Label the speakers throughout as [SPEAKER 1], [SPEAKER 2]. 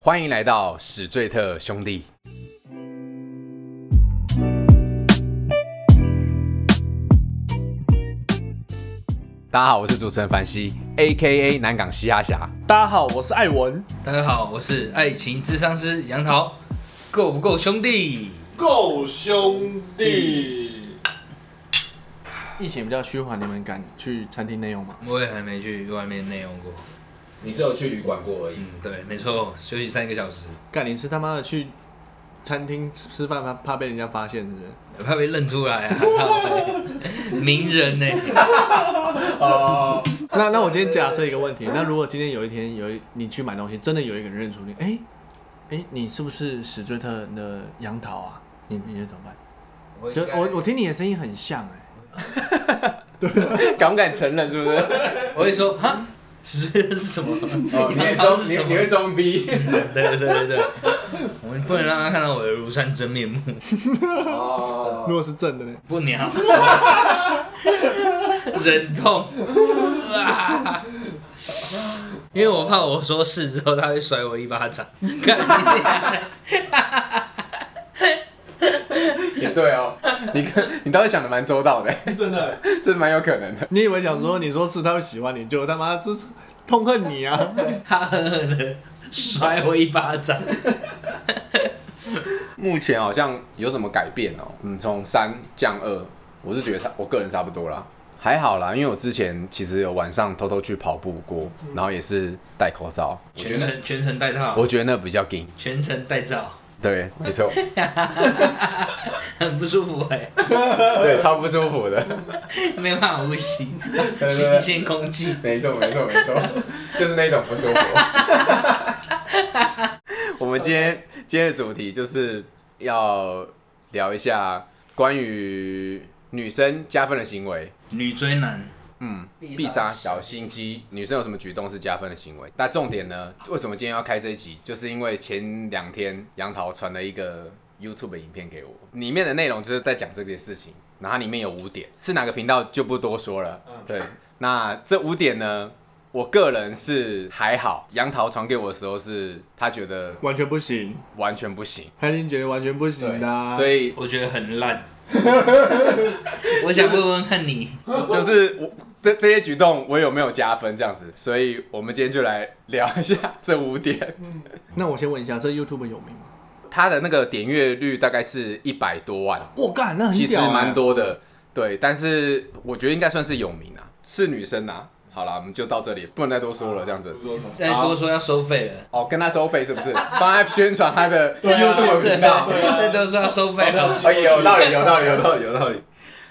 [SPEAKER 1] 欢迎来到史最特兄弟。大家好，我是主持人凡西，A K A 南港嘻哈侠。
[SPEAKER 2] 大家好，我是艾文，
[SPEAKER 3] 大家好，我是爱情智商师杨桃，够不够兄弟？
[SPEAKER 4] 够兄弟，
[SPEAKER 2] 疫情比较趋缓，你们敢去餐厅内用吗？
[SPEAKER 3] 我也还没去外面内用过。
[SPEAKER 4] 你只有去旅馆过而已。
[SPEAKER 3] 嗯，对，没错，休息三个小时，
[SPEAKER 2] 干你是他妈的去餐厅吃吃饭怕怕被人家发现是不是？
[SPEAKER 3] 怕被认出来啊！ 名人呢、
[SPEAKER 4] 哦，
[SPEAKER 2] 那那我今天假设一个问题，那如果今天有一天有一你去买东西，真的有一个人认出你，哎、哎、你是不是史最特的杨桃啊？你你会怎么办？
[SPEAKER 3] 我应
[SPEAKER 2] 就
[SPEAKER 3] 该
[SPEAKER 2] 我我听你的声音很像哎、
[SPEAKER 1] 敢不敢承认？是不是？
[SPEAKER 3] 我会说哈，十岁是什么？
[SPEAKER 4] 哦，你也
[SPEAKER 3] 知道
[SPEAKER 4] 装
[SPEAKER 3] 是
[SPEAKER 4] 你
[SPEAKER 3] 什么
[SPEAKER 4] 你会装逼
[SPEAKER 3] 对对对对，我们不能让他看到我的庐山真面目，
[SPEAKER 4] 哦
[SPEAKER 2] 如。果是正的呢？
[SPEAKER 3] 不鸟，忍痛啊！因为我怕我说是之后，他会甩我一巴掌。干你娘
[SPEAKER 4] 也对哦，
[SPEAKER 1] 你看，你倒是想的蛮周到的，
[SPEAKER 4] 真的。
[SPEAKER 1] 这蛮有可能的。
[SPEAKER 2] 你以为想说你说是他会喜欢你，结果他妈这是痛恨你啊！
[SPEAKER 3] 他狠狠的甩我一巴掌。
[SPEAKER 1] 目前好像有什么改变哦？嗯，从三降二，我是觉得差，我个人差不多啦，还好啦，因为我之前其实有晚上偷偷去跑步过，然后也是戴口罩，
[SPEAKER 3] 全程全程戴套，
[SPEAKER 1] 我觉得那比较硬。
[SPEAKER 3] 全程戴 罩，
[SPEAKER 1] 对，没错，
[SPEAKER 3] 很不舒服哎、
[SPEAKER 1] 对，超不舒服的，
[SPEAKER 3] 没办法呼吸，
[SPEAKER 1] 对
[SPEAKER 3] 新鲜空气。
[SPEAKER 1] 没错，没错，没错，就是那种不舒服。我们今天今天的主题就是要聊一下关于女生加分的行为。
[SPEAKER 3] 女追男，
[SPEAKER 1] 嗯，必杀小心机，女生有什么举动是加分的行为？那重点呢？为什么今天要开这一集？就是因为前两天杨桃传了一个 YouTube 影片给我，里面的内容就是在讲这件事情，然后它里面有五点，是哪个频道就不多说了。对，那这五点呢，我个人是还好，杨桃传给我的时候是她觉得
[SPEAKER 2] 完全不行，
[SPEAKER 1] 完全不行，
[SPEAKER 2] 他已经觉得完全不行啊啦、
[SPEAKER 1] 所以
[SPEAKER 3] 我觉得 很烂。我想问问看你，
[SPEAKER 1] 就是我这这些举动我有没有加分这样子？所以我们今天就来聊一下这五点。
[SPEAKER 2] 那我先问一下，这 YouTube 有名吗？
[SPEAKER 1] 他的那个点阅率大概是一百多万，
[SPEAKER 2] 我干，那很
[SPEAKER 1] 其实
[SPEAKER 2] 屌欸
[SPEAKER 1] 蛮。多的，对，但是我觉得应该算是有名啊，是女生啊。好啦，我们就到这里，不能再多
[SPEAKER 4] 啊
[SPEAKER 1] 说了，这样子。
[SPEAKER 3] 再多说要收费了。
[SPEAKER 1] 哦，跟他收费是不 是？帮他宣传他的
[SPEAKER 4] 对啊
[SPEAKER 1] YouTube 频道。
[SPEAKER 3] 再多说要收费了。
[SPEAKER 1] 哎，有道理，有道理，有道理，有道理。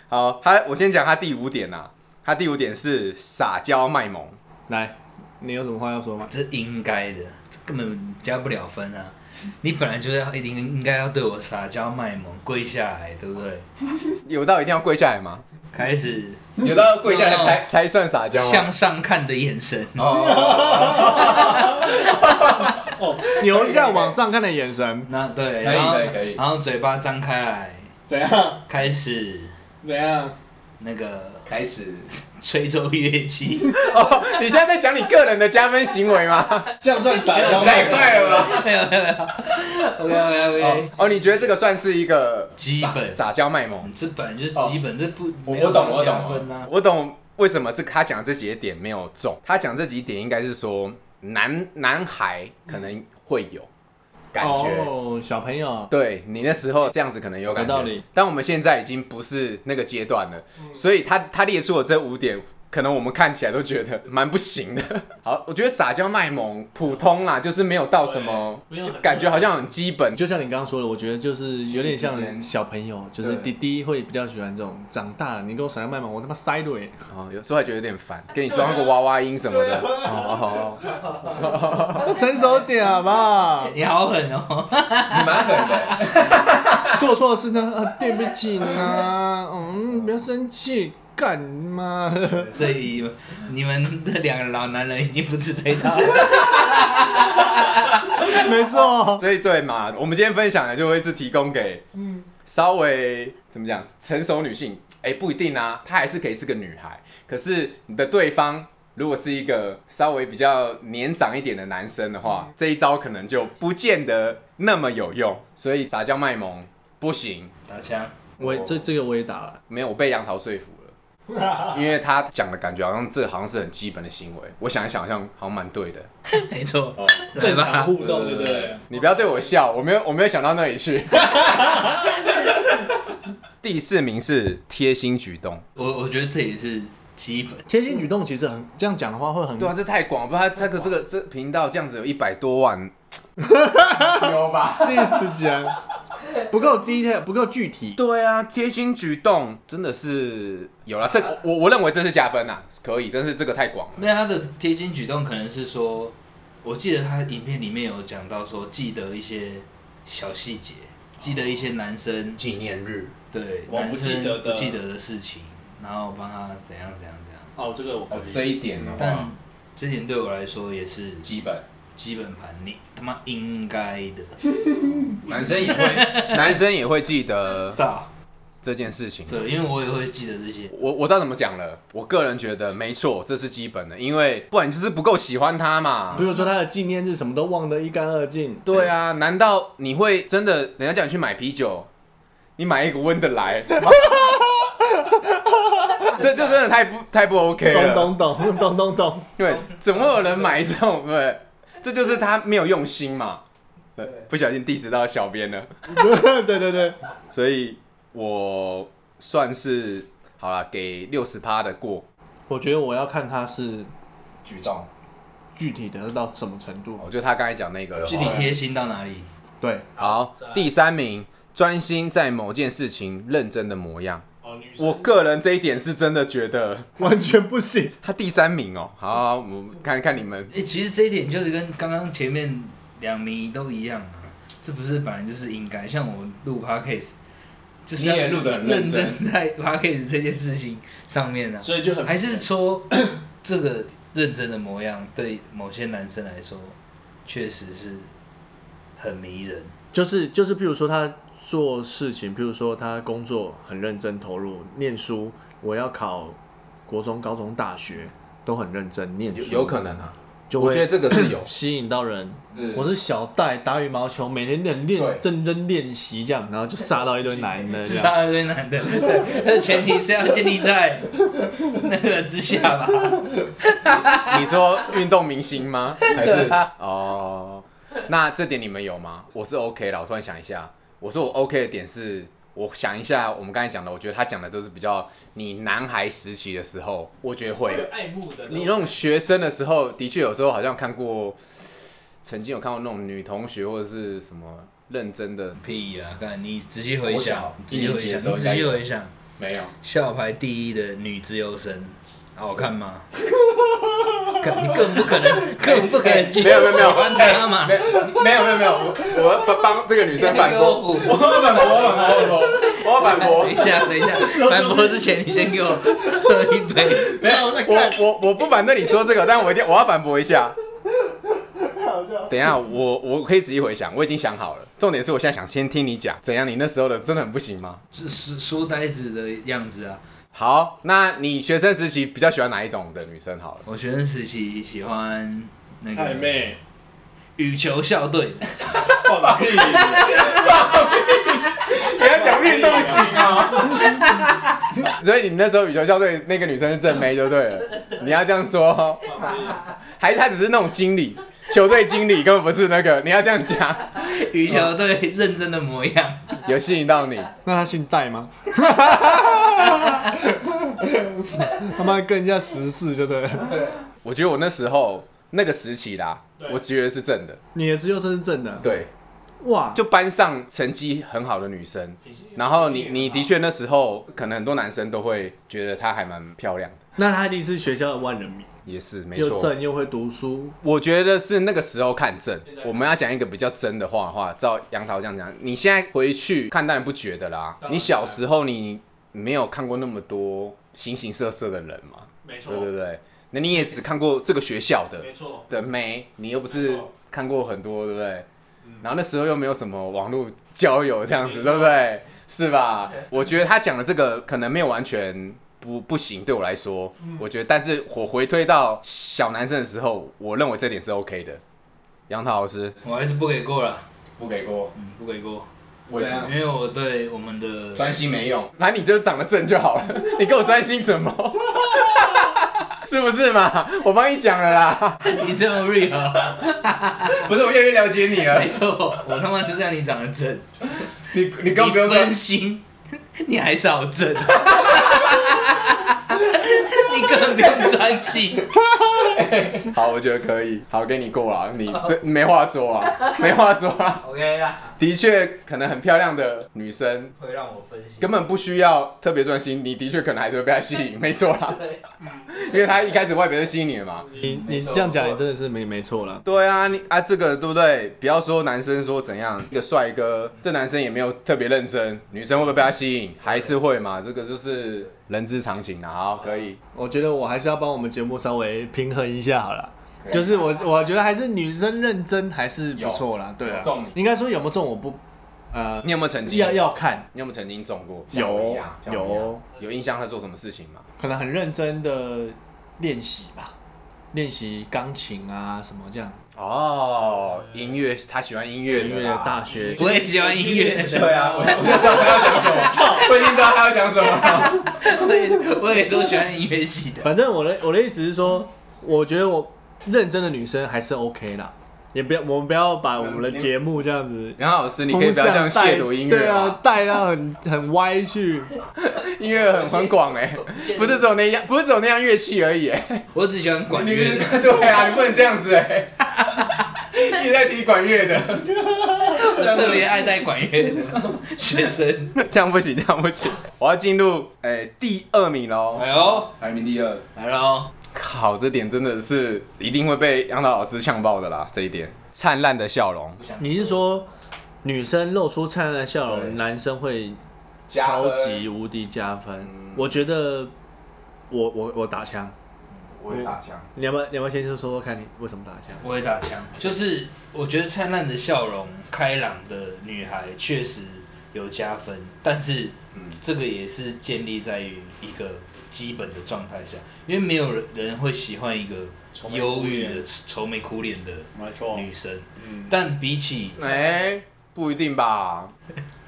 [SPEAKER 1] 好，他我先讲他第五点呐、啊，他第五点是撒娇卖萌。
[SPEAKER 2] 来，你有什么话要说吗？
[SPEAKER 3] 这应该的，这根本加不了分啊！你本来就是要一定应该要对我撒娇卖萌，跪下来，对不对？
[SPEAKER 1] 有到一定要跪下来吗？
[SPEAKER 3] 开始
[SPEAKER 4] 有啊到跪下来
[SPEAKER 1] 才
[SPEAKER 4] 才
[SPEAKER 1] 才算撒娇啊吗？
[SPEAKER 3] 向上看的眼神，
[SPEAKER 4] 哦，
[SPEAKER 2] 牛在往上看的眼神，
[SPEAKER 3] 那对，
[SPEAKER 4] 可以
[SPEAKER 3] 然后
[SPEAKER 4] 可以可以
[SPEAKER 3] 然后嘴巴张开来，
[SPEAKER 4] 怎样？
[SPEAKER 3] 开始
[SPEAKER 4] 怎样？
[SPEAKER 3] 那个
[SPEAKER 4] 开始，
[SPEAKER 3] 吹奏乐器，
[SPEAKER 1] 哦，你现在在讲你个人的加分行为吗？
[SPEAKER 4] 这样算撒娇
[SPEAKER 1] 太快
[SPEAKER 4] 啊
[SPEAKER 1] 了吧！
[SPEAKER 3] 没有没有没有，OK OK OK，
[SPEAKER 1] 哦，你觉得这个算是一个
[SPEAKER 3] 基本
[SPEAKER 1] 撒娇卖萌？
[SPEAKER 3] 这本来就是基本，这不
[SPEAKER 4] 我
[SPEAKER 3] 没有
[SPEAKER 4] 我懂我懂
[SPEAKER 3] 加分啊。
[SPEAKER 1] 我懂为什么这他讲这几点没有中，他讲这几点应该是说男男孩可能会有感觉。
[SPEAKER 2] 哦，小朋友，
[SPEAKER 1] 对你那时候这样子可能有感
[SPEAKER 2] 有道
[SPEAKER 1] 觉
[SPEAKER 2] 理，
[SPEAKER 1] 但我们现在已经不是那个阶段了，
[SPEAKER 4] 嗯
[SPEAKER 1] 所以他他列出了这五点，可能我们看起来都觉得蛮不行的。 好，我觉得撒娇卖萌普通啦，就是没有到什么，
[SPEAKER 4] 对没有
[SPEAKER 1] 就
[SPEAKER 4] 很
[SPEAKER 1] 感觉好像很基本，
[SPEAKER 2] 就像你刚刚说的，我觉得就是有点
[SPEAKER 4] 弟弟之间
[SPEAKER 2] 像小朋友，就是弟
[SPEAKER 4] 对
[SPEAKER 2] 弟会比较喜欢这种。长大了，你给我撒娇卖萌，我他妈塞蕊。
[SPEAKER 1] 哦，有时候还觉得有点烦，给你装个娃娃音什么的。
[SPEAKER 4] 啊
[SPEAKER 1] 哦，哦
[SPEAKER 2] 那成熟点好不好？
[SPEAKER 3] 你好狠哦！
[SPEAKER 4] 你 蛮狠的。
[SPEAKER 2] 做错事呢，啊，对不起呢，嗯，不要生气，干 妈的。
[SPEAKER 3] 这一你们的两个老男人已经不是这一套了。
[SPEAKER 2] 没
[SPEAKER 1] 哦
[SPEAKER 2] 错，
[SPEAKER 1] 所以对嘛，我们今天分享的就会是提供给稍微怎么讲成熟女性，哎、不一定啊，她还是可以是个女孩，可是你的对方。如果是一个稍微比较年长一点的男生的话，这一招可能就不见得那么有用。所以撒娇卖萌不行，
[SPEAKER 3] 打枪，
[SPEAKER 2] 我
[SPEAKER 1] 哦
[SPEAKER 2] 也这这个我也打了，
[SPEAKER 1] 没有我被杨桃说服了， 因为他讲的感觉好像这好像是很基本的行为。我想一想，好像好像蛮对的。
[SPEAKER 3] 没错，
[SPEAKER 4] 哦
[SPEAKER 3] 来
[SPEAKER 4] 正
[SPEAKER 3] 吧
[SPEAKER 4] 常，互动，对不对？
[SPEAKER 1] 你不要对我笑，我没有我没有想到那里 去。第四名是贴心举动，
[SPEAKER 3] 我我觉得这也是基本。
[SPEAKER 2] 贴心举动其实很这样讲的话会很
[SPEAKER 1] 对啊，这太广，不然他这个这个这频道这样子有一百多万，有吧？
[SPEAKER 2] 第十集啊，不够 detail，不够具体。
[SPEAKER 1] 对啊，贴心举动真的是有了，这个我我认为这是加分啊，可以，但是这个太广了。
[SPEAKER 3] 那他的贴心举动可能是说，我记得他影片里面有讲到说，记得一些小细节，记得一些男生
[SPEAKER 1] 纪念日，
[SPEAKER 3] 对
[SPEAKER 4] 我
[SPEAKER 3] 男
[SPEAKER 4] 不记
[SPEAKER 3] 生
[SPEAKER 4] 得的
[SPEAKER 3] 不记得的事情，然后帮他怎样怎样怎样。
[SPEAKER 2] 哦，这个我
[SPEAKER 4] 哦，这一点的
[SPEAKER 3] 但
[SPEAKER 4] 话，
[SPEAKER 3] 这点对我来说也是
[SPEAKER 1] 基本
[SPEAKER 3] 基本盘，你他妈应该的。
[SPEAKER 1] 男生 也会，男生也会记得
[SPEAKER 3] 大
[SPEAKER 1] 这件事情。
[SPEAKER 3] 对，因为我也会记得这些。
[SPEAKER 1] 我我知道怎么讲了，我个人觉得没错，这是基本的，因为不然你就是不够喜欢他嘛
[SPEAKER 2] 比。如说他的纪念日什么都忘得一干二净，
[SPEAKER 1] 对啊，难道你会真的人家叫你去买啤酒，你买一个温的 来？这就真的太不太不 OK 了。
[SPEAKER 2] 懂懂懂懂 懂懂。
[SPEAKER 1] 对，怎么会有人买这种？对，这就是他没有用心嘛。对，不小心 diss 到小编了，
[SPEAKER 2] 对对对，
[SPEAKER 1] 所以我算是好了，给六十趴的过。
[SPEAKER 2] 我觉得我要看他是
[SPEAKER 4] 举动，
[SPEAKER 2] 具体的到什么程度。
[SPEAKER 1] 我就他刚才讲那个了。
[SPEAKER 3] 具体贴心到哪里？
[SPEAKER 2] 对，
[SPEAKER 1] 好，第三名，专心在某件事情认真的模样。
[SPEAKER 4] 哦，女
[SPEAKER 1] 我个人这一点是真的觉得
[SPEAKER 2] 完全不行。
[SPEAKER 1] 他第三名哦。好，我们看看你们
[SPEAKER 3] 哎、其实这一点就是跟刚刚前面两名都一样啊，这不是本来就是应该。像我们录 podcast，就是要
[SPEAKER 4] 你也录得很
[SPEAKER 3] 认真
[SPEAKER 4] 认真
[SPEAKER 3] 在 podcast 这件事情上面啊，
[SPEAKER 4] 所以就很
[SPEAKER 3] 还是说这个认真的模样对某些男生来说，确实是很迷人。
[SPEAKER 2] 就是就是，譬如说他做事情，譬如说他工作很认真投入，念书，我要考国中、高中、大学都很认真念
[SPEAKER 1] 有
[SPEAKER 2] 书，
[SPEAKER 1] 有可能啊，
[SPEAKER 2] 就
[SPEAKER 1] 我
[SPEAKER 2] 会。
[SPEAKER 1] 觉得这个是有
[SPEAKER 2] 吸引到人。
[SPEAKER 4] 是
[SPEAKER 2] 我是小戴打羽毛球，每天练
[SPEAKER 4] 对
[SPEAKER 2] 练认真练习这样，然后就杀到一堆男 的这样。
[SPEAKER 3] 杀了一男的，对，那前提是要建立在那个之下吧。
[SPEAKER 1] 你说运动明星吗？ 还
[SPEAKER 3] 对
[SPEAKER 1] 是
[SPEAKER 3] 啊
[SPEAKER 1] 哦？那这点你们有吗？我是 OK 啦，我突然想一下，我说我 OK 的点是，我想一下，我们刚才讲的，我觉得他讲的都是比较你男孩时期的时候，我觉得会。
[SPEAKER 5] 爱慕的
[SPEAKER 1] 你那种学生的时候，的确有时候好像看过，曾经有看过那种女同学或者是什么认真的，
[SPEAKER 3] 屁啦！看你仔细回想
[SPEAKER 4] 国小，
[SPEAKER 3] 仔细
[SPEAKER 4] 一年
[SPEAKER 3] 回
[SPEAKER 4] 级
[SPEAKER 3] 想，
[SPEAKER 4] 的时候
[SPEAKER 3] 你仔细回想，
[SPEAKER 4] 没有，
[SPEAKER 3] 校排第一的女自由生，好看吗？干你更不可能，更不可能去
[SPEAKER 1] 没有没有没有
[SPEAKER 3] 喜欢她 嘛！
[SPEAKER 1] 没没有没有没有，我我要帮帮这个女生反驳，
[SPEAKER 3] 驳，
[SPEAKER 4] 我反驳，我反驳，我要 反驳
[SPEAKER 3] 等一，下等一下，反驳之前你先给我喝一杯。
[SPEAKER 4] 没有，我在看
[SPEAKER 1] 我我我不反对你说这个，但我一定我要反驳一下。等一下，我我可以仔细回想，我已经想好了。重点是我现在想先听你讲，怎样？你那时候的真的很不行吗？
[SPEAKER 3] 这书书呆子的样子啊！
[SPEAKER 1] 好，那你学生时期比较喜欢哪一种的女生？好了，
[SPEAKER 3] 我学生时期喜欢那
[SPEAKER 4] 太
[SPEAKER 3] 个
[SPEAKER 4] 妹，
[SPEAKER 3] 羽球校队，
[SPEAKER 4] 放屁，
[SPEAKER 1] 你要讲运动型，
[SPEAKER 4] 啊，
[SPEAKER 1] 所以你那时候羽球校队那个女生是正妹就对了，你要这样说哦，还是她只是那种经理， 球队经理根本不是那个，你要这样讲，
[SPEAKER 3] 羽球队认真的模样。
[SPEAKER 1] 有吸引到你。
[SPEAKER 2] 那他姓戴 吗？他妈跟人家十四，对不对？
[SPEAKER 1] 我觉得我那时候那个时期啦，
[SPEAKER 4] 对
[SPEAKER 1] 我觉得是正的，
[SPEAKER 2] 你的自由身是正的，
[SPEAKER 1] 对，
[SPEAKER 2] 哇，
[SPEAKER 1] 就班上成绩很好的女生，然后你你的确那时候可能很多男生都会觉得她还蛮漂亮的，
[SPEAKER 2] 那他一定是学校的万人迷，
[SPEAKER 1] 也是没
[SPEAKER 2] 又
[SPEAKER 1] 错。
[SPEAKER 2] 正又会读书，
[SPEAKER 1] 我觉得是那个时候看正，我们要讲一个比较真的话的话，照杨桃这样讲，你现在回去看当然不觉得啦
[SPEAKER 4] 当，然
[SPEAKER 1] 你小时候你没有看过那么多形形色色的人嘛，
[SPEAKER 5] 没
[SPEAKER 1] 对不，对？那你也只看过这个学校的，
[SPEAKER 5] 错，
[SPEAKER 1] 的妹，你又不是
[SPEAKER 5] 没错
[SPEAKER 1] 看过很多，对不对
[SPEAKER 5] 嗯？
[SPEAKER 1] 然后那时候又没有什么网络交友这样子，
[SPEAKER 5] 没错
[SPEAKER 1] 对不对？是吧？我觉得他讲的这个可能没有完全不不行，对我来说，
[SPEAKER 4] 嗯
[SPEAKER 1] 我觉得，但是我回推到小男生的时候，我认为这点是 OK 的。杨桃老师，
[SPEAKER 3] 我还是不给过了，
[SPEAKER 4] 不给过，
[SPEAKER 3] 嗯，不给过，
[SPEAKER 4] 为什么
[SPEAKER 3] 因为我对我们的
[SPEAKER 4] 啊专心没用？
[SPEAKER 1] 那你就长得正就好了， 你跟我专心什么？是不是嘛？我帮你讲了啦，
[SPEAKER 3] 你这么 real，
[SPEAKER 4] 不是我越来越了解你了
[SPEAKER 3] 没，错，我他妈就是要你长得正，
[SPEAKER 4] 你你更不用
[SPEAKER 3] 你
[SPEAKER 4] 专
[SPEAKER 3] 分心，你还是好正， 你根本不用专心。
[SPEAKER 1] 好，我觉得可以，好，给你过啊，你这没话说啊，没话说啊。
[SPEAKER 5] OK 啦，
[SPEAKER 1] 的确，可能很漂亮的女生
[SPEAKER 5] 会让我分析。
[SPEAKER 1] 根本不需要特别专心，你的确可能还是会被她吸引，没错啦，
[SPEAKER 5] 对，
[SPEAKER 1] 因为她一开始外表就吸引你了嘛。
[SPEAKER 2] 你
[SPEAKER 5] 没
[SPEAKER 2] 你
[SPEAKER 5] 错
[SPEAKER 2] 这样讲，你真的是没没错了。
[SPEAKER 1] 对啊，你啊这个对不对？不要说男生说怎样，一个帅哥，这男生也没有特别认真，女生会不会被他吸引？还是会嘛，这个就是人之常情啊。好，可以，
[SPEAKER 2] 我觉得我还是要帮我们节目稍微平衡一下好了。
[SPEAKER 4] 对
[SPEAKER 2] 就是我，我觉得还是女生认真还是不错啦，对啊
[SPEAKER 4] 有中你，
[SPEAKER 2] 应该说有没有中我不，呃，
[SPEAKER 1] 你有没有曾经？
[SPEAKER 2] 要要看，
[SPEAKER 1] 你有没有曾经中过？
[SPEAKER 4] 像我一
[SPEAKER 2] 有
[SPEAKER 4] 样像我一样
[SPEAKER 2] 有，
[SPEAKER 1] 有印象他做什么事情吗？
[SPEAKER 2] 可能很认真的练习吧，练习钢琴啊什么这样，
[SPEAKER 1] 哦，音乐，他喜欢音乐
[SPEAKER 2] 音
[SPEAKER 1] 的
[SPEAKER 2] 乐
[SPEAKER 1] 啦。
[SPEAKER 2] 大学
[SPEAKER 3] 我也喜欢音乐，
[SPEAKER 4] 对啊，我我就知道他要讲什么，我已经知道他要讲什么。
[SPEAKER 3] 我也我也都喜欢音乐系的。
[SPEAKER 2] 反正我的我的意思是说，我觉得我认真的女生还是 OK 啦，也不要我们不要把我们的节目这样子
[SPEAKER 1] 杨老师，你可以不要这样亵渎音
[SPEAKER 2] 对
[SPEAKER 1] 乐
[SPEAKER 2] 啊
[SPEAKER 1] 吗？，
[SPEAKER 2] 带到很很歪去。
[SPEAKER 1] 音乐很很广哎、不是只有那样，不是只有那样乐器而已、欸。
[SPEAKER 3] 我只喜欢管
[SPEAKER 4] 你
[SPEAKER 3] 乐的，
[SPEAKER 4] 对啊，你不能这样子哎，一直在提管乐的，
[SPEAKER 3] 特别爱戴管乐的学 生。
[SPEAKER 1] 这样不行，这样不行。我要进入哎、第二名喽。
[SPEAKER 3] 哎呦，
[SPEAKER 4] 排名第二，
[SPEAKER 3] 来喽！
[SPEAKER 1] 靠，这点真的是一定会被杨导老师呛爆的啦！这一点，灿烂的笑容，
[SPEAKER 2] 你是说女生露出灿烂的笑
[SPEAKER 4] 对
[SPEAKER 2] 容，男生会
[SPEAKER 4] 加
[SPEAKER 2] 超
[SPEAKER 4] 分
[SPEAKER 2] 级无敌加分
[SPEAKER 4] 嗯？
[SPEAKER 2] 我觉得我我我打枪，
[SPEAKER 4] 我也打枪，
[SPEAKER 2] 你要不要你要不要先说说看你为什么打枪？
[SPEAKER 3] 我也打枪，就是我觉得灿烂的笑容、开朗的女孩确实有加分，但是
[SPEAKER 4] 嗯
[SPEAKER 3] 这个也是建立在于一个基本的状态下，因为没有人人会喜欢一个忧郁的、愁眉苦脸的
[SPEAKER 2] 没错
[SPEAKER 3] 女生。
[SPEAKER 4] 嗯，
[SPEAKER 3] 但比起
[SPEAKER 1] 哎、不一定吧？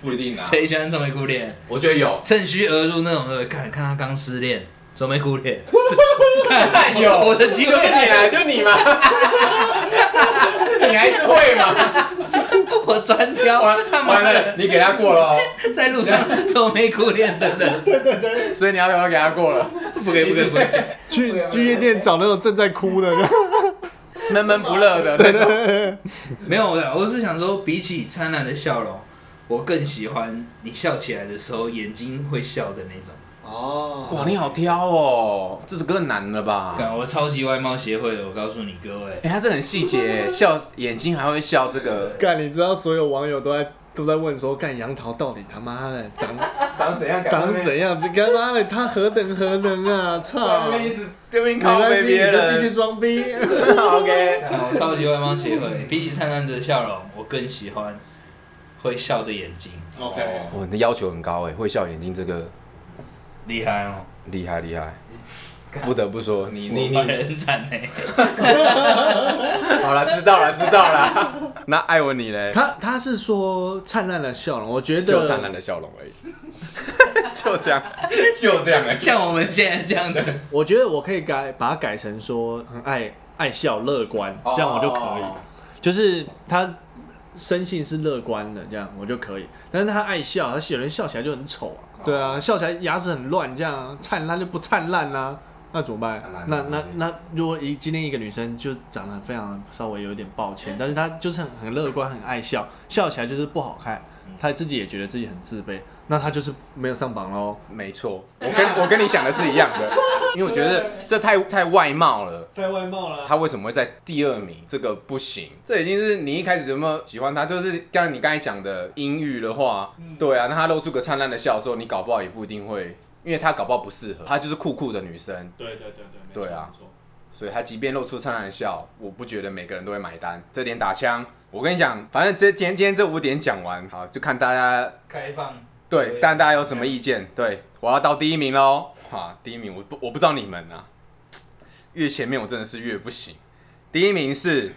[SPEAKER 4] 不一定啊，
[SPEAKER 3] 谁喜欢愁眉苦脸？
[SPEAKER 4] 我觉得有，
[SPEAKER 3] 趁虚而入那种，对不对？看看他刚失恋，愁眉苦 脸，
[SPEAKER 1] 哎呦，
[SPEAKER 3] 我的
[SPEAKER 1] 就
[SPEAKER 3] 机
[SPEAKER 1] 是
[SPEAKER 3] 会
[SPEAKER 1] 你啦，就你嘛， 你还是会嘛？
[SPEAKER 3] 我专挑
[SPEAKER 4] 完
[SPEAKER 3] 他妈
[SPEAKER 4] 完
[SPEAKER 3] 的
[SPEAKER 4] 了，你给他过了哦，
[SPEAKER 3] 在路上 愁眉苦脸的人，
[SPEAKER 1] 所以你要不要给他过了？
[SPEAKER 3] 不给不给不给，
[SPEAKER 2] 去去夜店找那种正在哭的，
[SPEAKER 1] 闷闷不乐的，对对，
[SPEAKER 3] 没有的，我是想说，比起灿烂的笑容，我更喜欢你笑起来的时候眼睛会笑的那种。
[SPEAKER 2] 哦，
[SPEAKER 1] 哇，你好挑哦，这首歌难了吧？
[SPEAKER 3] 干，我超级外貌协会的，我告诉你各位，
[SPEAKER 1] 哎、他这很细节，笑眼睛还会笑，这个
[SPEAKER 2] 干，你知道所有网友都在都在问说，干杨桃到底他妈的 长
[SPEAKER 4] 长怎样？
[SPEAKER 2] 长怎样？这干妈的他何等何能 啊！操！
[SPEAKER 1] 那一
[SPEAKER 2] 没
[SPEAKER 1] 直这边靠
[SPEAKER 2] 关
[SPEAKER 1] 背
[SPEAKER 2] 系，
[SPEAKER 1] 别
[SPEAKER 2] 你就继续
[SPEAKER 1] 人
[SPEAKER 2] 装 逼。
[SPEAKER 1] ，OK，
[SPEAKER 3] 干我超级外貌协 会，比起灿烂的笑容，我更喜欢会笑的眼睛，哦
[SPEAKER 4] ？OK，
[SPEAKER 1] 我哦的要求很高哎，会笑眼睛这个
[SPEAKER 3] 厉害哦，
[SPEAKER 1] 厉害厉害，不得不说你你
[SPEAKER 3] 我本人赞美。
[SPEAKER 1] 好了，知道了，知道 了。那艾文你嘞？
[SPEAKER 2] 他他是说灿烂的笑容，我觉
[SPEAKER 1] 就灿烂
[SPEAKER 2] 得，
[SPEAKER 1] 的笑容而已， 就这样。
[SPEAKER 4] 就这样哎，
[SPEAKER 3] 像我们现在这样子，
[SPEAKER 2] 我觉得我可以改把它改成说很爱爱笑、乐观， 这样我就可以。
[SPEAKER 4] 哦
[SPEAKER 2] 就是他生性是乐观的，这样我就可以。但是他爱笑，他有人笑起来就很丑啊。对啊，笑起来牙齿很乱，这样啊灿烂就不灿烂啦。那怎么办
[SPEAKER 4] 灿烂？
[SPEAKER 2] 那那那，如果一今天一个女生就长得非常稍微有点抱歉，但是她就是很很乐观，很爱笑，笑起来就是不好看，
[SPEAKER 4] 嗯
[SPEAKER 2] 她自己也觉得自己很自卑，那她就是没有上榜喽。
[SPEAKER 1] 没错，我跟我跟你想的是一样的，因为我觉得这太太外貌了。
[SPEAKER 2] 太外貌了。
[SPEAKER 1] 他为什么会在第二名？这个不行，这已经是你一开始有没有喜欢他，就是像你刚才讲的音域的话，
[SPEAKER 2] 嗯
[SPEAKER 1] 对啊，那他露出个灿烂的笑的时候，你搞不好也不一定会，因为他搞不好不适合，她就是酷酷的女生，
[SPEAKER 2] 对对对对
[SPEAKER 1] 对啊，所以他即便露出灿烂的笑，我不觉得每个人都会买单。这点打枪，我跟你讲，反正这今天今天这五点讲完，好，就看大家
[SPEAKER 5] 开放
[SPEAKER 1] 对，但大家有什么意见？对我要到第一名喽！哇，第一名，我不我不知道你们啊，越前面我真的是越不行。第一名是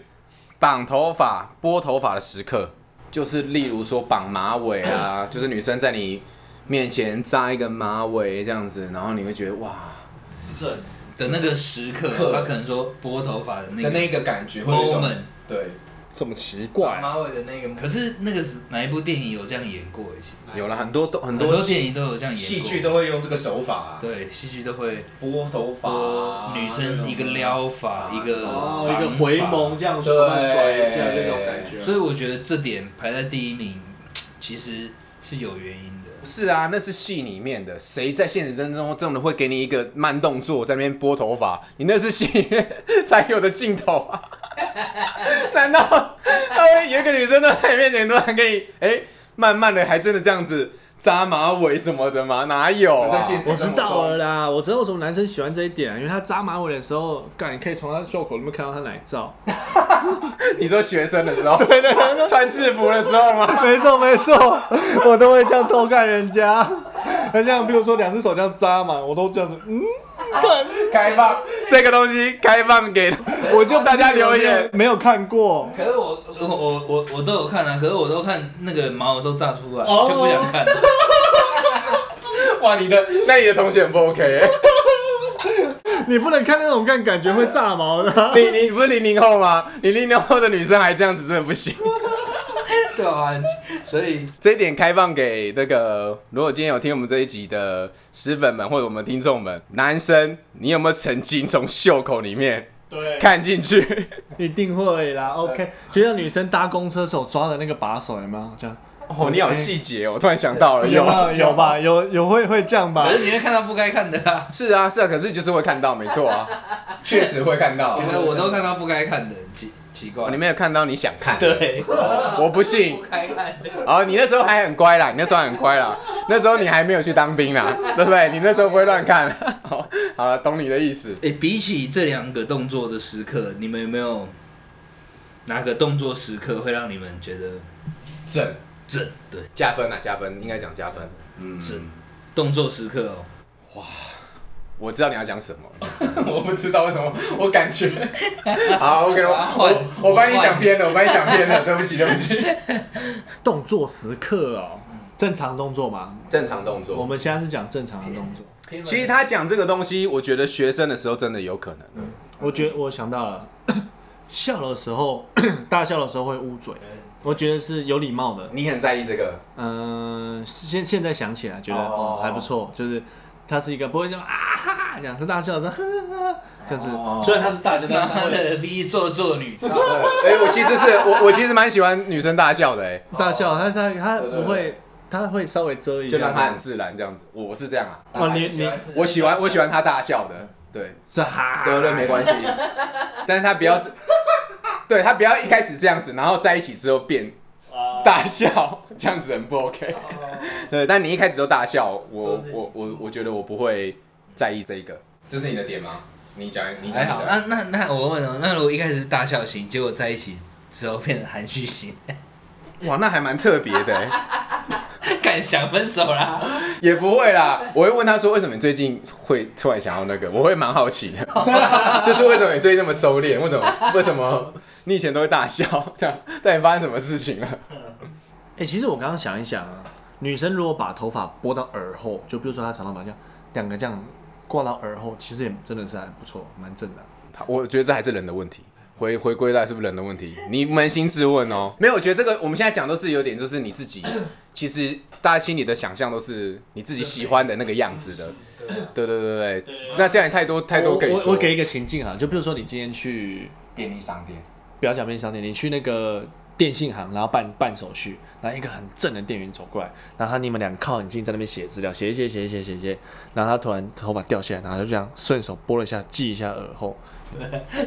[SPEAKER 1] 绑头发、拨头发的时刻，就是例如说绑马尾 啊，就是女生在你面前扎一个马尾这样子，然后你会觉得哇，
[SPEAKER 2] 正
[SPEAKER 3] 的那个时刻
[SPEAKER 4] 刻，
[SPEAKER 3] 他可能说拨头发的那
[SPEAKER 4] 的
[SPEAKER 3] 个
[SPEAKER 4] 那个感觉，会有一种
[SPEAKER 3] moment，
[SPEAKER 4] 对
[SPEAKER 2] 这么奇
[SPEAKER 4] 绑
[SPEAKER 2] 怪，
[SPEAKER 4] 马尾的那个
[SPEAKER 3] 可是那个是哪一部电影有这样演过？
[SPEAKER 1] 有了很多都很
[SPEAKER 3] 很
[SPEAKER 1] 多
[SPEAKER 3] 多电影都有这样演过，
[SPEAKER 4] 戏剧都会用这个手法啊，
[SPEAKER 3] 对，戏剧都会
[SPEAKER 4] 拨头发
[SPEAKER 3] 拨
[SPEAKER 4] 啊，
[SPEAKER 3] 女生一个
[SPEAKER 4] 撩。
[SPEAKER 3] 撩法，一个
[SPEAKER 2] 哦，一
[SPEAKER 3] 绑
[SPEAKER 2] 个
[SPEAKER 3] 法
[SPEAKER 2] 回眸这样
[SPEAKER 4] 对
[SPEAKER 2] 慢慢甩一下那种感觉。
[SPEAKER 3] 所以我觉得这点排在第一名，其实是有原因的。
[SPEAKER 1] 不是啊，那是戏里面的，谁在现实生活中真的会给你一个慢动作在那边拨头发？你那是戏里面才有的镜头啊！难道呃有一个女生都在你面前突然给你哎、慢慢的还真的这样子扎马尾什么的吗？哪有啊
[SPEAKER 4] 在？现实
[SPEAKER 2] 我知道啊了啦，我知道为什么男生喜欢这一点，啊因为他扎马尾的时候，干你可以从他袖口里面看到他奶罩。
[SPEAKER 1] 你说学生的时候，对对对，穿制服的时候吗？
[SPEAKER 2] 没错没错，我都会这样偷看人家，很像比如说两只手这样扎嘛，我都这样子，嗯，
[SPEAKER 4] 开放，
[SPEAKER 1] 这个东西开放给
[SPEAKER 2] 我就
[SPEAKER 1] 大家留言
[SPEAKER 2] 没有看过，
[SPEAKER 3] 可是我我我我我都有看啊，可是我都看那个毛都炸出来，
[SPEAKER 2] 哦
[SPEAKER 3] 就不想看。
[SPEAKER 1] 哇，你的那你的同学很不 OK，、
[SPEAKER 2] 你不能看那种看感觉会炸毛的。
[SPEAKER 1] 你你不是零零后吗？你零零后的女生还这样子，真的不行。
[SPEAKER 3] 对啊，所以
[SPEAKER 1] 这一点开放给那个，如果今天有听我们这一集的石粉们或者我们听众们，男生，你有没有曾经从袖口里面
[SPEAKER 2] 对，
[SPEAKER 1] 看进去？
[SPEAKER 2] 一定会啦。OK，就像女生搭公车手抓的那个把手，有没有这样？
[SPEAKER 1] 哦，你好细节哦，我突然想到了， 有
[SPEAKER 2] 啊有吧？有有会会这样吧
[SPEAKER 3] 可？是你会看到不该看的 啊。
[SPEAKER 1] 是啊是啊，可是就是会看到，没错 啊，
[SPEAKER 4] 确实会看到。
[SPEAKER 3] 可是我都看到不该看的，奇奇怪。
[SPEAKER 1] 哦你没有看到你想看，
[SPEAKER 3] 对，
[SPEAKER 1] 我不信
[SPEAKER 3] 不。该看的。
[SPEAKER 1] 哦，你那时候还很乖啦，你那时候很乖啦，那时候你还没有去当兵啦，对不对？你那时候不会乱看。好，好了，懂你的意思。
[SPEAKER 3] 哎、比起这两个动作的时刻，你们有没有哪个动作时刻会让你们觉得
[SPEAKER 4] 整
[SPEAKER 3] 正？对，
[SPEAKER 1] 加分啊，加分，应该讲加分。嗯，
[SPEAKER 3] 正、动作时刻哦。
[SPEAKER 1] 我知道你要讲什 么。
[SPEAKER 4] 我不知道为什么，我感觉
[SPEAKER 1] 好，OK，
[SPEAKER 3] 换
[SPEAKER 1] 我我我帮你想偏了，我帮你想偏 了，对不起，对不起。
[SPEAKER 2] 动作时刻哦，正常动作嘛。
[SPEAKER 1] 正常动
[SPEAKER 2] 我。们现在是讲正常的动作。
[SPEAKER 1] 其实他讲这个东西，我觉得学生的时候真的有可能。
[SPEAKER 2] 我觉我想到了， 笑的时候， 大笑的时候会捂嘴，我觉得是有礼貌的。
[SPEAKER 1] 你很在意这个，
[SPEAKER 2] 嗯、现现在想起来觉得
[SPEAKER 1] 哦
[SPEAKER 2] 哦还不错，就是他是一个不会这样啊哈哈这样，他大笑的时候哈哈哈这样
[SPEAKER 4] 哦
[SPEAKER 2] 子，虽然他是 大笑，但是他
[SPEAKER 3] 妈
[SPEAKER 2] 会
[SPEAKER 3] 的逼做作女，
[SPEAKER 1] 哎、我其实是我我其实蛮喜欢女生大笑的、哎，
[SPEAKER 2] 大笑，他他他
[SPEAKER 4] 对对对
[SPEAKER 2] 不会，他会稍微遮一
[SPEAKER 1] 就让她
[SPEAKER 2] 下
[SPEAKER 1] 很。自然这样子。我是这样啊，
[SPEAKER 2] 哦，你你
[SPEAKER 1] 我喜欢我喜欢她大笑的，对，
[SPEAKER 2] 这哈，
[SPEAKER 1] 对对，没关 系。但是她不要，对她不要一开始这样子，然后在一起之后变
[SPEAKER 4] 啊
[SPEAKER 1] 大笑，这样子很不 OK。对，但你一开始都大笑，我我我我觉得我不会在意这个。
[SPEAKER 4] 这是你的点吗？你讲，你讲
[SPEAKER 3] 还
[SPEAKER 4] 你
[SPEAKER 3] 好。啊
[SPEAKER 4] 的。
[SPEAKER 3] 那那那我问哦，那如果一开始是大笑型，结果在一起之后变成含蓄型，
[SPEAKER 1] 哇，那还蛮特别的、哎
[SPEAKER 3] 敢想分手啦？
[SPEAKER 1] 也不会啦，我会问他说为什么你最近会突然想要那个，我会蛮好奇的， 就是为什么你最近那么收敛，为什么为什么你以前都会大笑这样，但你发生什么事情了？
[SPEAKER 2] 哎、其实我刚刚想一想啊，女生如果把头发拨到耳后，就比如说她长头发这样，两个这样挂到耳后，其实也真的是还不错，蛮正的。啊
[SPEAKER 1] 我觉得这还是人的问题。回回归到是不是人的问题？你扪心自问哦。没有，我觉得这个我们现在讲都是有点，就是你自 己，其实大家心里的想象都是你自己喜欢的那个样子的。 对对对对，那这样也太多太多
[SPEAKER 2] 我
[SPEAKER 1] 可以
[SPEAKER 2] 我
[SPEAKER 1] 说。
[SPEAKER 2] 我给一个情境啊，就比如说你今天去，
[SPEAKER 4] 便利商店，
[SPEAKER 2] 不要讲便利商店，你去那个电信行，然后办办手续，然后一个很正的店员走过来，然后他你们俩靠很近，在那边写资料，写一写写一写写一写，然后他突然头发掉下来，然后他就这样顺手拨了一下，系一下耳后，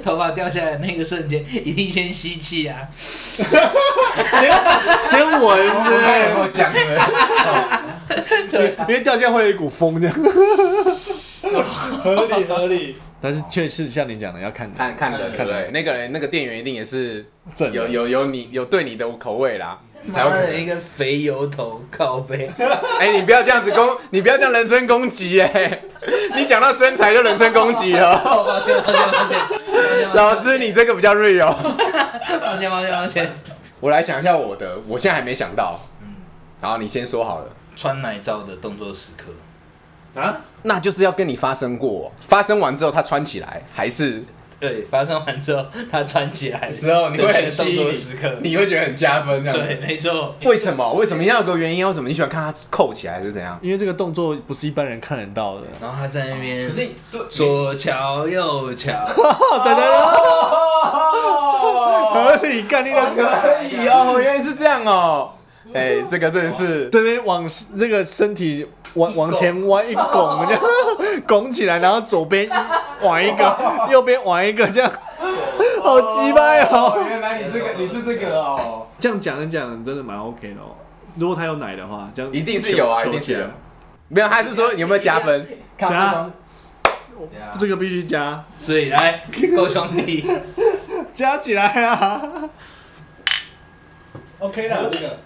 [SPEAKER 3] 头发掉下来那个瞬间，一定先吸气啊！
[SPEAKER 2] 先闻
[SPEAKER 4] 他有
[SPEAKER 1] 哎
[SPEAKER 2] 着
[SPEAKER 4] 没有 讲你们？
[SPEAKER 2] 因为掉下会有一股风这样，合理合理。但是确实像你讲的，要看
[SPEAKER 1] 看看人，对
[SPEAKER 3] 看
[SPEAKER 1] 不对？那个人那个店员一定也是
[SPEAKER 2] 正的
[SPEAKER 1] 有有有你有对你的口味啦，才有可
[SPEAKER 3] 妈
[SPEAKER 1] 能
[SPEAKER 3] 的一个肥油头 靠背，
[SPEAKER 1] 哎、你不要这样子攻，你不要这样人身攻击哎、 你讲到身材就人身攻击了。
[SPEAKER 3] 哦抱歉抱歉抱歉，
[SPEAKER 1] 老师，你这个比较 real。
[SPEAKER 3] 抱歉抱歉抱歉，
[SPEAKER 1] 我来想一下我的，我现在还没想到。
[SPEAKER 3] 嗯，
[SPEAKER 1] 然后你先说好了，
[SPEAKER 3] 穿奶罩的动作时刻，
[SPEAKER 2] 啊，
[SPEAKER 1] 那就是要跟你发生过，发生完之后他穿起来还是
[SPEAKER 3] 对，发生完之后他穿起来
[SPEAKER 4] 时候你会很
[SPEAKER 3] 动
[SPEAKER 4] 吸引
[SPEAKER 3] 作
[SPEAKER 4] 你
[SPEAKER 3] 时刻，
[SPEAKER 4] 你会觉得很加分这样
[SPEAKER 3] 对，
[SPEAKER 4] 子。
[SPEAKER 3] 没错，
[SPEAKER 1] 为什么？为什么要有个原因？为什么你喜欢看他扣起来还是怎样？
[SPEAKER 2] 因为这个动作不是一般人看得 到的。
[SPEAKER 3] 然后他在那边
[SPEAKER 4] 哦可是对
[SPEAKER 3] 左瞧右瞧，
[SPEAKER 2] 哦，等等等，
[SPEAKER 4] 哦，
[SPEAKER 2] 合理干你两个，
[SPEAKER 4] 可以哦，
[SPEAKER 1] 哦，原来是这样哦。哎、这个真的是
[SPEAKER 2] 这边往这个身体往往前弯一拱，这样拱起来，然后左边挽一个，右边挽一个，这样好鸡掰
[SPEAKER 4] 哦，
[SPEAKER 2] 哦。
[SPEAKER 4] 原来你这个你是这个哦，
[SPEAKER 2] 这样讲一讲真的蛮 OK 的哦。如果他有奶的话，这样
[SPEAKER 1] 一定是有啊，
[SPEAKER 2] 求
[SPEAKER 1] 一定是
[SPEAKER 2] 求
[SPEAKER 1] 有
[SPEAKER 2] 起来。
[SPEAKER 1] 没有，他是说有没有加分？
[SPEAKER 4] 看
[SPEAKER 2] 加
[SPEAKER 4] 不懂
[SPEAKER 3] 对啊
[SPEAKER 2] 这个必须加
[SPEAKER 3] 所以来够兄 弟，
[SPEAKER 2] 加起来啊。OK
[SPEAKER 4] 还有
[SPEAKER 2] 了，
[SPEAKER 4] 这个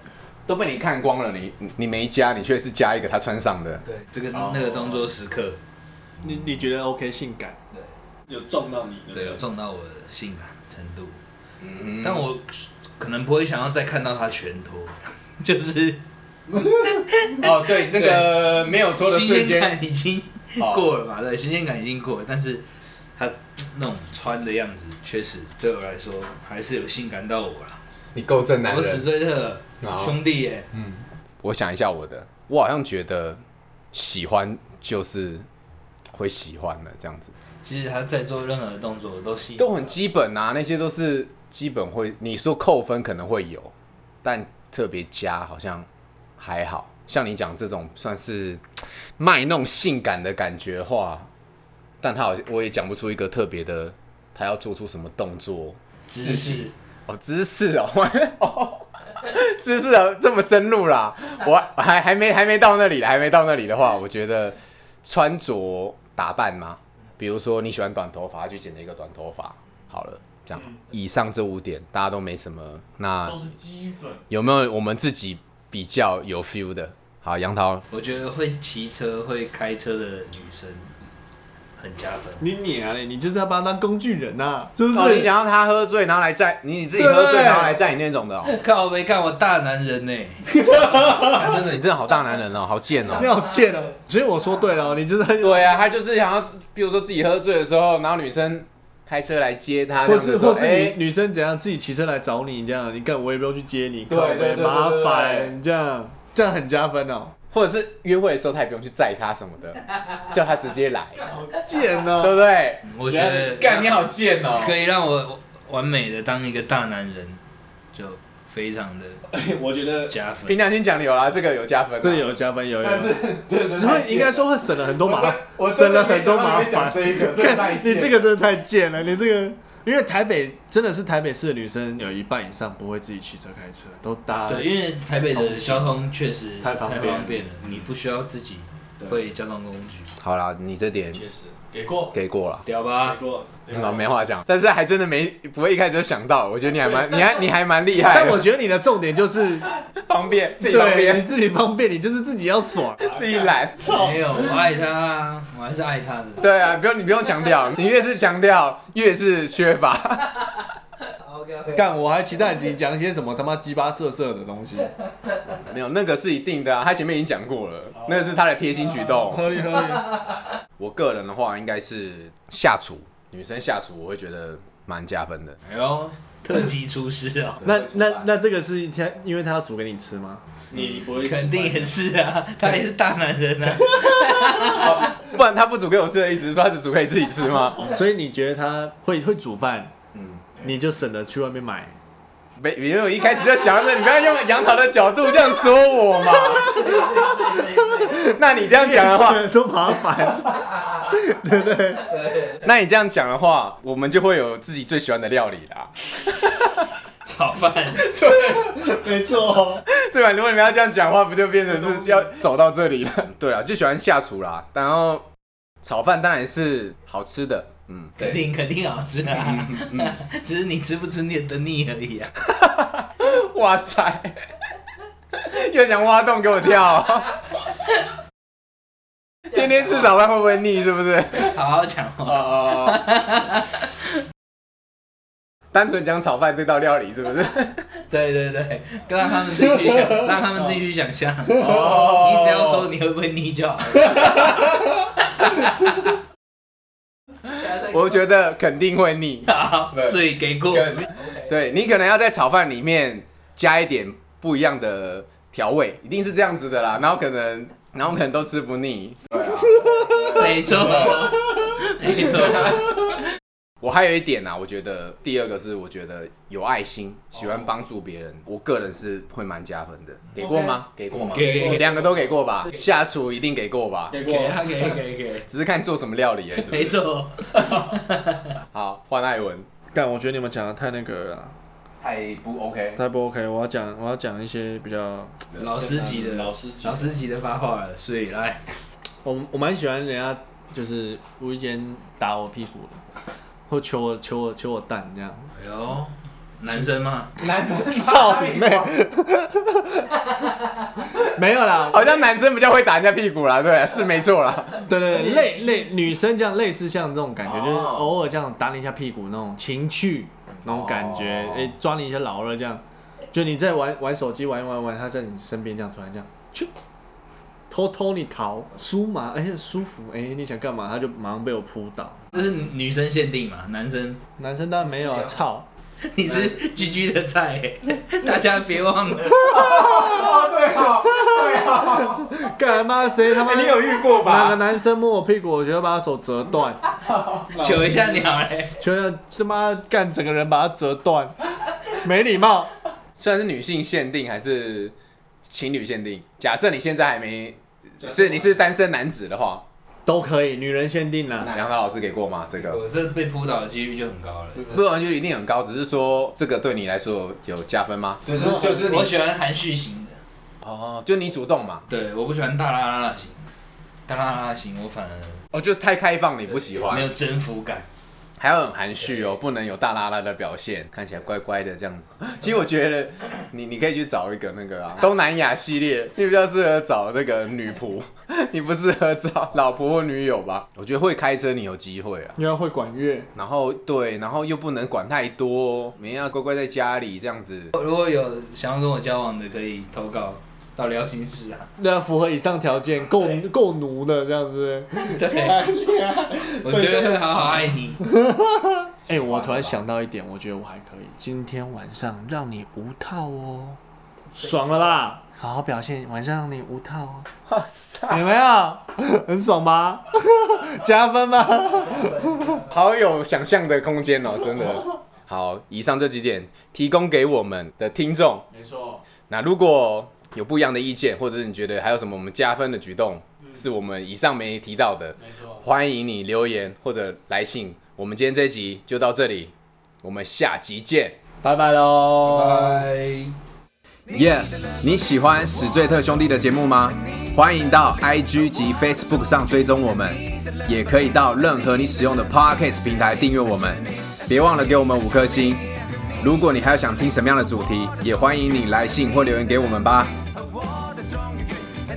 [SPEAKER 1] 都被你看光了，你你你没加，你却是加一个他穿上的。
[SPEAKER 3] 对，这个
[SPEAKER 4] 哦
[SPEAKER 3] 那个动作时刻，
[SPEAKER 2] 你你觉得 OK 性感？对，有中到你
[SPEAKER 3] 对，有中到我的性感程度，
[SPEAKER 1] 嗯，
[SPEAKER 3] 但我可能不会想要再看到他全脱， 就是
[SPEAKER 4] 哦，对，那个没有脱的
[SPEAKER 3] 新
[SPEAKER 4] 瞬
[SPEAKER 3] 鲜
[SPEAKER 4] 间，哦
[SPEAKER 3] 感已经过了嘛，对，新鲜感已经过了，但是他那种穿的样子，确实对我来说还是有性感到我啦。
[SPEAKER 1] 你够正
[SPEAKER 3] 我死。追特
[SPEAKER 1] 好
[SPEAKER 3] 兄弟耶，
[SPEAKER 2] 哦
[SPEAKER 1] 我想一下我的，我好像觉得喜欢就是会喜欢了这样子，
[SPEAKER 3] 其实他在做任何动作都吸引我
[SPEAKER 1] 都很基本啊，那些都是基本会。你说扣分可能会有，但特别加好像还好。像你讲这种算是卖弄性感的感觉的话，但他好像我也讲不出一个特别的，他要做出什么动作。
[SPEAKER 3] 姿势，
[SPEAKER 1] 哦，知识哦， 哦，知识哦，这么深入啦，我还我还还没还没到那里啦，还没到那里的话，我觉得穿着打扮嘛，比如说你喜欢短头发，就剪了一个短头发，好了，这样。
[SPEAKER 2] 嗯
[SPEAKER 1] 以上这五点大家都没什么，那
[SPEAKER 5] 是基本。
[SPEAKER 1] 有没有我们自己比较有 feel 的？好，杨桃，
[SPEAKER 3] 我觉得会骑车、会开车的女生很加分。
[SPEAKER 2] 你娘嘞！你就是要把他当工具人呐、是不是？
[SPEAKER 1] 哦你想要他喝醉，然后来载你，你自己喝醉
[SPEAKER 2] 对
[SPEAKER 1] 然后来载你那种的、哦，
[SPEAKER 3] 靠没干我大男人呢，
[SPEAKER 1] 啊真的，你真的好大男人哦，好贱哦
[SPEAKER 2] 你。好贱哦！所以我说对了哦，你就是
[SPEAKER 1] 对啊，他就是想要，比如说自己喝醉的时候，然后女生开车来接他，
[SPEAKER 2] 或是
[SPEAKER 1] 这样子说
[SPEAKER 2] 或是女、
[SPEAKER 1] 哎
[SPEAKER 2] 女生怎样自己骑车来找你这样，你干我也不用去接你，
[SPEAKER 4] 对
[SPEAKER 2] 靠
[SPEAKER 4] 对对
[SPEAKER 2] 北
[SPEAKER 4] 对
[SPEAKER 2] 麻
[SPEAKER 4] 对对
[SPEAKER 2] 烦这样，这样很加分哦，
[SPEAKER 1] 或者是约会的时候，他也不用去载他什么的，叫他直接来，
[SPEAKER 2] 贱
[SPEAKER 1] 对
[SPEAKER 2] 哦！
[SPEAKER 1] 不对？
[SPEAKER 3] 我觉得
[SPEAKER 4] 干你好贱哦，
[SPEAKER 3] 可以让我完美的当一个大男人，就非常的
[SPEAKER 2] 我觉得
[SPEAKER 3] 加分
[SPEAKER 1] 凭。良心讲有啦，这个有加分、啊，
[SPEAKER 2] 这有加分，有有
[SPEAKER 4] 但是
[SPEAKER 2] 有，
[SPEAKER 4] 真的
[SPEAKER 2] 实
[SPEAKER 4] 太
[SPEAKER 2] 惠
[SPEAKER 4] 贱
[SPEAKER 2] 应该说会省了很多麻烦
[SPEAKER 4] 我，真
[SPEAKER 2] 省
[SPEAKER 4] 的
[SPEAKER 2] 了很多麻
[SPEAKER 4] 没想
[SPEAKER 2] 烦
[SPEAKER 4] 到。你会讲这一个，真的
[SPEAKER 2] 看
[SPEAKER 4] 太
[SPEAKER 2] 你
[SPEAKER 4] 贱
[SPEAKER 2] 这个真的太贱了，你这个，因为台北真的是台北市的女生有一半以上不会自己骑车开车，都搭
[SPEAKER 3] 对，因为台北的交通确实
[SPEAKER 2] 太方便
[SPEAKER 3] 便了，你不需要自己会交通工具，
[SPEAKER 1] 好啦，你这点
[SPEAKER 5] 实给过，
[SPEAKER 1] 给过了。
[SPEAKER 3] 屌吧？
[SPEAKER 5] 过，
[SPEAKER 1] 啊，没话讲，但是还真的没不会一开始就想到，我觉得你还蛮你还你还蛮厉害
[SPEAKER 2] 但我
[SPEAKER 1] 的，
[SPEAKER 2] 觉得你的重点 就是，
[SPEAKER 1] 方便自己方
[SPEAKER 2] 对，你
[SPEAKER 1] 便
[SPEAKER 2] 自己方便，你就是自己要爽。
[SPEAKER 1] 自己懒，
[SPEAKER 3] 没有，我爱他啊，我还是爱他的。
[SPEAKER 1] 对啊，不用你不用强调，你越是强调越是缺乏，
[SPEAKER 2] 哦
[SPEAKER 3] OK OK，
[SPEAKER 2] 干，我还期待你讲一些什么他妈鸡巴色色的 东西，
[SPEAKER 1] 没有那个是一定的啊，他前面已经讲过了，那个是他的贴心举动，
[SPEAKER 2] 合理合理。
[SPEAKER 1] 我个人的话，应该是下厨，女生下厨，我会觉得蛮加分的。
[SPEAKER 3] 哎呦，特级厨师 哦，
[SPEAKER 2] 那那那这个是他，因为他要煮给你吃吗？
[SPEAKER 5] 你不会
[SPEAKER 3] 肯定也是啊，他也是大男人啊。
[SPEAKER 1] 不然他不煮给我吃的意思是说他只煮给自己吃吗？
[SPEAKER 2] 所以你觉得他会会煮饭，
[SPEAKER 1] 嗯，
[SPEAKER 2] 你就省得去外面买。
[SPEAKER 1] 没，因为我一开始就想着你不要用杨桃的角度这样说我嘛。 那你这样讲的话，
[SPEAKER 2] 都麻 烦。
[SPEAKER 1] 那你这样讲的话，我们就会有自己最喜欢的料理啦，
[SPEAKER 3] 炒饭，
[SPEAKER 2] 没错，
[SPEAKER 1] 对啊吧？如果你们要这样讲的话，不就变成是要走到这里了？ 对啊，就喜欢下厨啦。然后炒饭当然是好吃的，嗯，
[SPEAKER 3] 肯定肯定好吃嗯 啊，只是你吃不吃你的腻而已啊。
[SPEAKER 1] 哇塞，又想挖洞给我跳， 天天吃早饭会不会腻？是不是？
[SPEAKER 3] 好好讲话。
[SPEAKER 4] 哦，
[SPEAKER 1] 单纯讲炒饭这道料理，是不是？
[SPEAKER 3] 对对对，让他们自己去 想，让他们自己去想象。你只要说你会不会腻就好了。
[SPEAKER 1] 我觉得肯定会腻。
[SPEAKER 3] 好，所以给过。
[SPEAKER 1] 对你可能要在炒饭里面加一点不一样的调味，一定是这样子的啦。然后可能，然后可能都吃不 腻。
[SPEAKER 3] 没错，没 错，
[SPEAKER 1] 我还有一点啊，我觉得第二个是我觉得有爱心，喜欢帮助别人，我个人是会蛮加分的。给过吗？哦给过吗？
[SPEAKER 3] 给给
[SPEAKER 1] 两个都给过吧，下厨一定给过吧，
[SPEAKER 4] 给
[SPEAKER 3] 给他给给给，
[SPEAKER 1] 只是看做什么料理而已是不
[SPEAKER 3] 没
[SPEAKER 1] 是。
[SPEAKER 3] 错，
[SPEAKER 1] 好，换艾文，
[SPEAKER 2] 干，我觉得你们讲的太那个了啦，
[SPEAKER 4] 太不 OK，
[SPEAKER 2] 太不 OK。我要讲，我要讲一些比较，
[SPEAKER 3] 老师级的
[SPEAKER 5] 老师级
[SPEAKER 3] 老师级的发话了，所以来
[SPEAKER 2] 我我蛮喜欢人家就是无意间打我屁股的，或求我求我求我蛋 这样。
[SPEAKER 3] 哎呦，男生嘛，
[SPEAKER 4] 男生
[SPEAKER 2] 操你妹！
[SPEAKER 1] 啊
[SPEAKER 2] 没有啦，
[SPEAKER 1] 好像男生比较会打人家屁股啦，对，是没错啦。
[SPEAKER 2] 对对对，类类女生这样类似像这种感觉，
[SPEAKER 4] 哦
[SPEAKER 2] 就是偶尔这样打你一下屁股那种情趣那种感觉，哎、
[SPEAKER 4] 哦
[SPEAKER 2] 抓你一下老二这样，就你在玩玩手机玩一玩玩，他在你身边这样突然这样去偷偷你逃舒麻，而、且舒服，哎、你想干嘛，他就马上被我扑倒。
[SPEAKER 3] 这是女生限定嘛，男生
[SPEAKER 2] 男生当然没有啊，操！
[SPEAKER 3] 你是 GG 的菜 欸，大家别忘 了，
[SPEAKER 4] 哦，对哦，
[SPEAKER 1] 啊
[SPEAKER 4] 对哦，
[SPEAKER 2] 干嘛谁他妈、
[SPEAKER 4] 哎你有遇过
[SPEAKER 2] 哪个
[SPEAKER 4] 吧？
[SPEAKER 2] 男生摸我屁股，我就要把他手折断，
[SPEAKER 3] 求一下鸟嘞，
[SPEAKER 2] 就是他妈干整个人把他折断，没礼貌。
[SPEAKER 1] 虽然是女性限定还是情侣限定，假设你现在还没是你是单身男子的话，
[SPEAKER 2] 都可以，女人限定啦。
[SPEAKER 1] 杨涛老师给过吗？这个
[SPEAKER 3] 啊我这被扑倒的几率就很高了。
[SPEAKER 1] 不完全一定很高，只是说这个对你来说有有加分吗？
[SPEAKER 4] 就是就是你
[SPEAKER 3] 哦我喜欢含蓄型的，
[SPEAKER 1] 哦，就你主动嘛，
[SPEAKER 3] 对，我不喜欢大拉拉拉型，大拉拉拉型我反而
[SPEAKER 1] 哦，就太开放你不喜
[SPEAKER 3] 没
[SPEAKER 1] 欢，
[SPEAKER 3] 有征服感。
[SPEAKER 1] 还要很含蓄哦，不能有大拉拉的表现，看起来乖乖的这样子。 其实我觉得你你可以去找一个那个啊东南亚系列，你比较适合找那个女仆， 你不适合找老婆或女友吧？我觉得会开车你有机会啊。
[SPEAKER 2] 因为会管乐，
[SPEAKER 1] 然后对，然后又不能管太多，每天要乖乖在家里这样子。
[SPEAKER 3] 如果有想要跟我交往的，可以投稿到聊心室啊。
[SPEAKER 2] 那符合以上条件，够够奴的这样子。
[SPEAKER 3] 对， 我觉得会好好爱你。
[SPEAKER 2] 哎、我突然想到一点，我觉得我还可以，今天晚上让你无套哦，爽了吧？好好表现，晚上让你无套哦。有没有？很爽吧？ 加分吧？
[SPEAKER 1] 好有想象的空间哦，真的。 好，以上这几点提供给我们的听众。
[SPEAKER 5] 没错，
[SPEAKER 1] 那如果有不一样的意见，或者是你觉得还有什么我们加分的举动，是我们以上没提到的，
[SPEAKER 5] 没错，
[SPEAKER 1] 欢迎你留言或者来信。我们今天这集就到这里，我们下集见。
[SPEAKER 2] 拜拜喽！
[SPEAKER 3] 拜。
[SPEAKER 1] 耶你喜欢史最特兄弟的节目吗？欢迎到 IG 及 Facebook 上追踪我们，也可以到任何你使用的 Podcast 平台订阅我们。别忘了给我们五颗星。如果你还有想听什么样的主题，也欢迎你来信或留言给我们吧。
[SPEAKER 6] I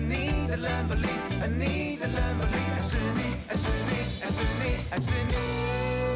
[SPEAKER 6] see me, I see me, I see me.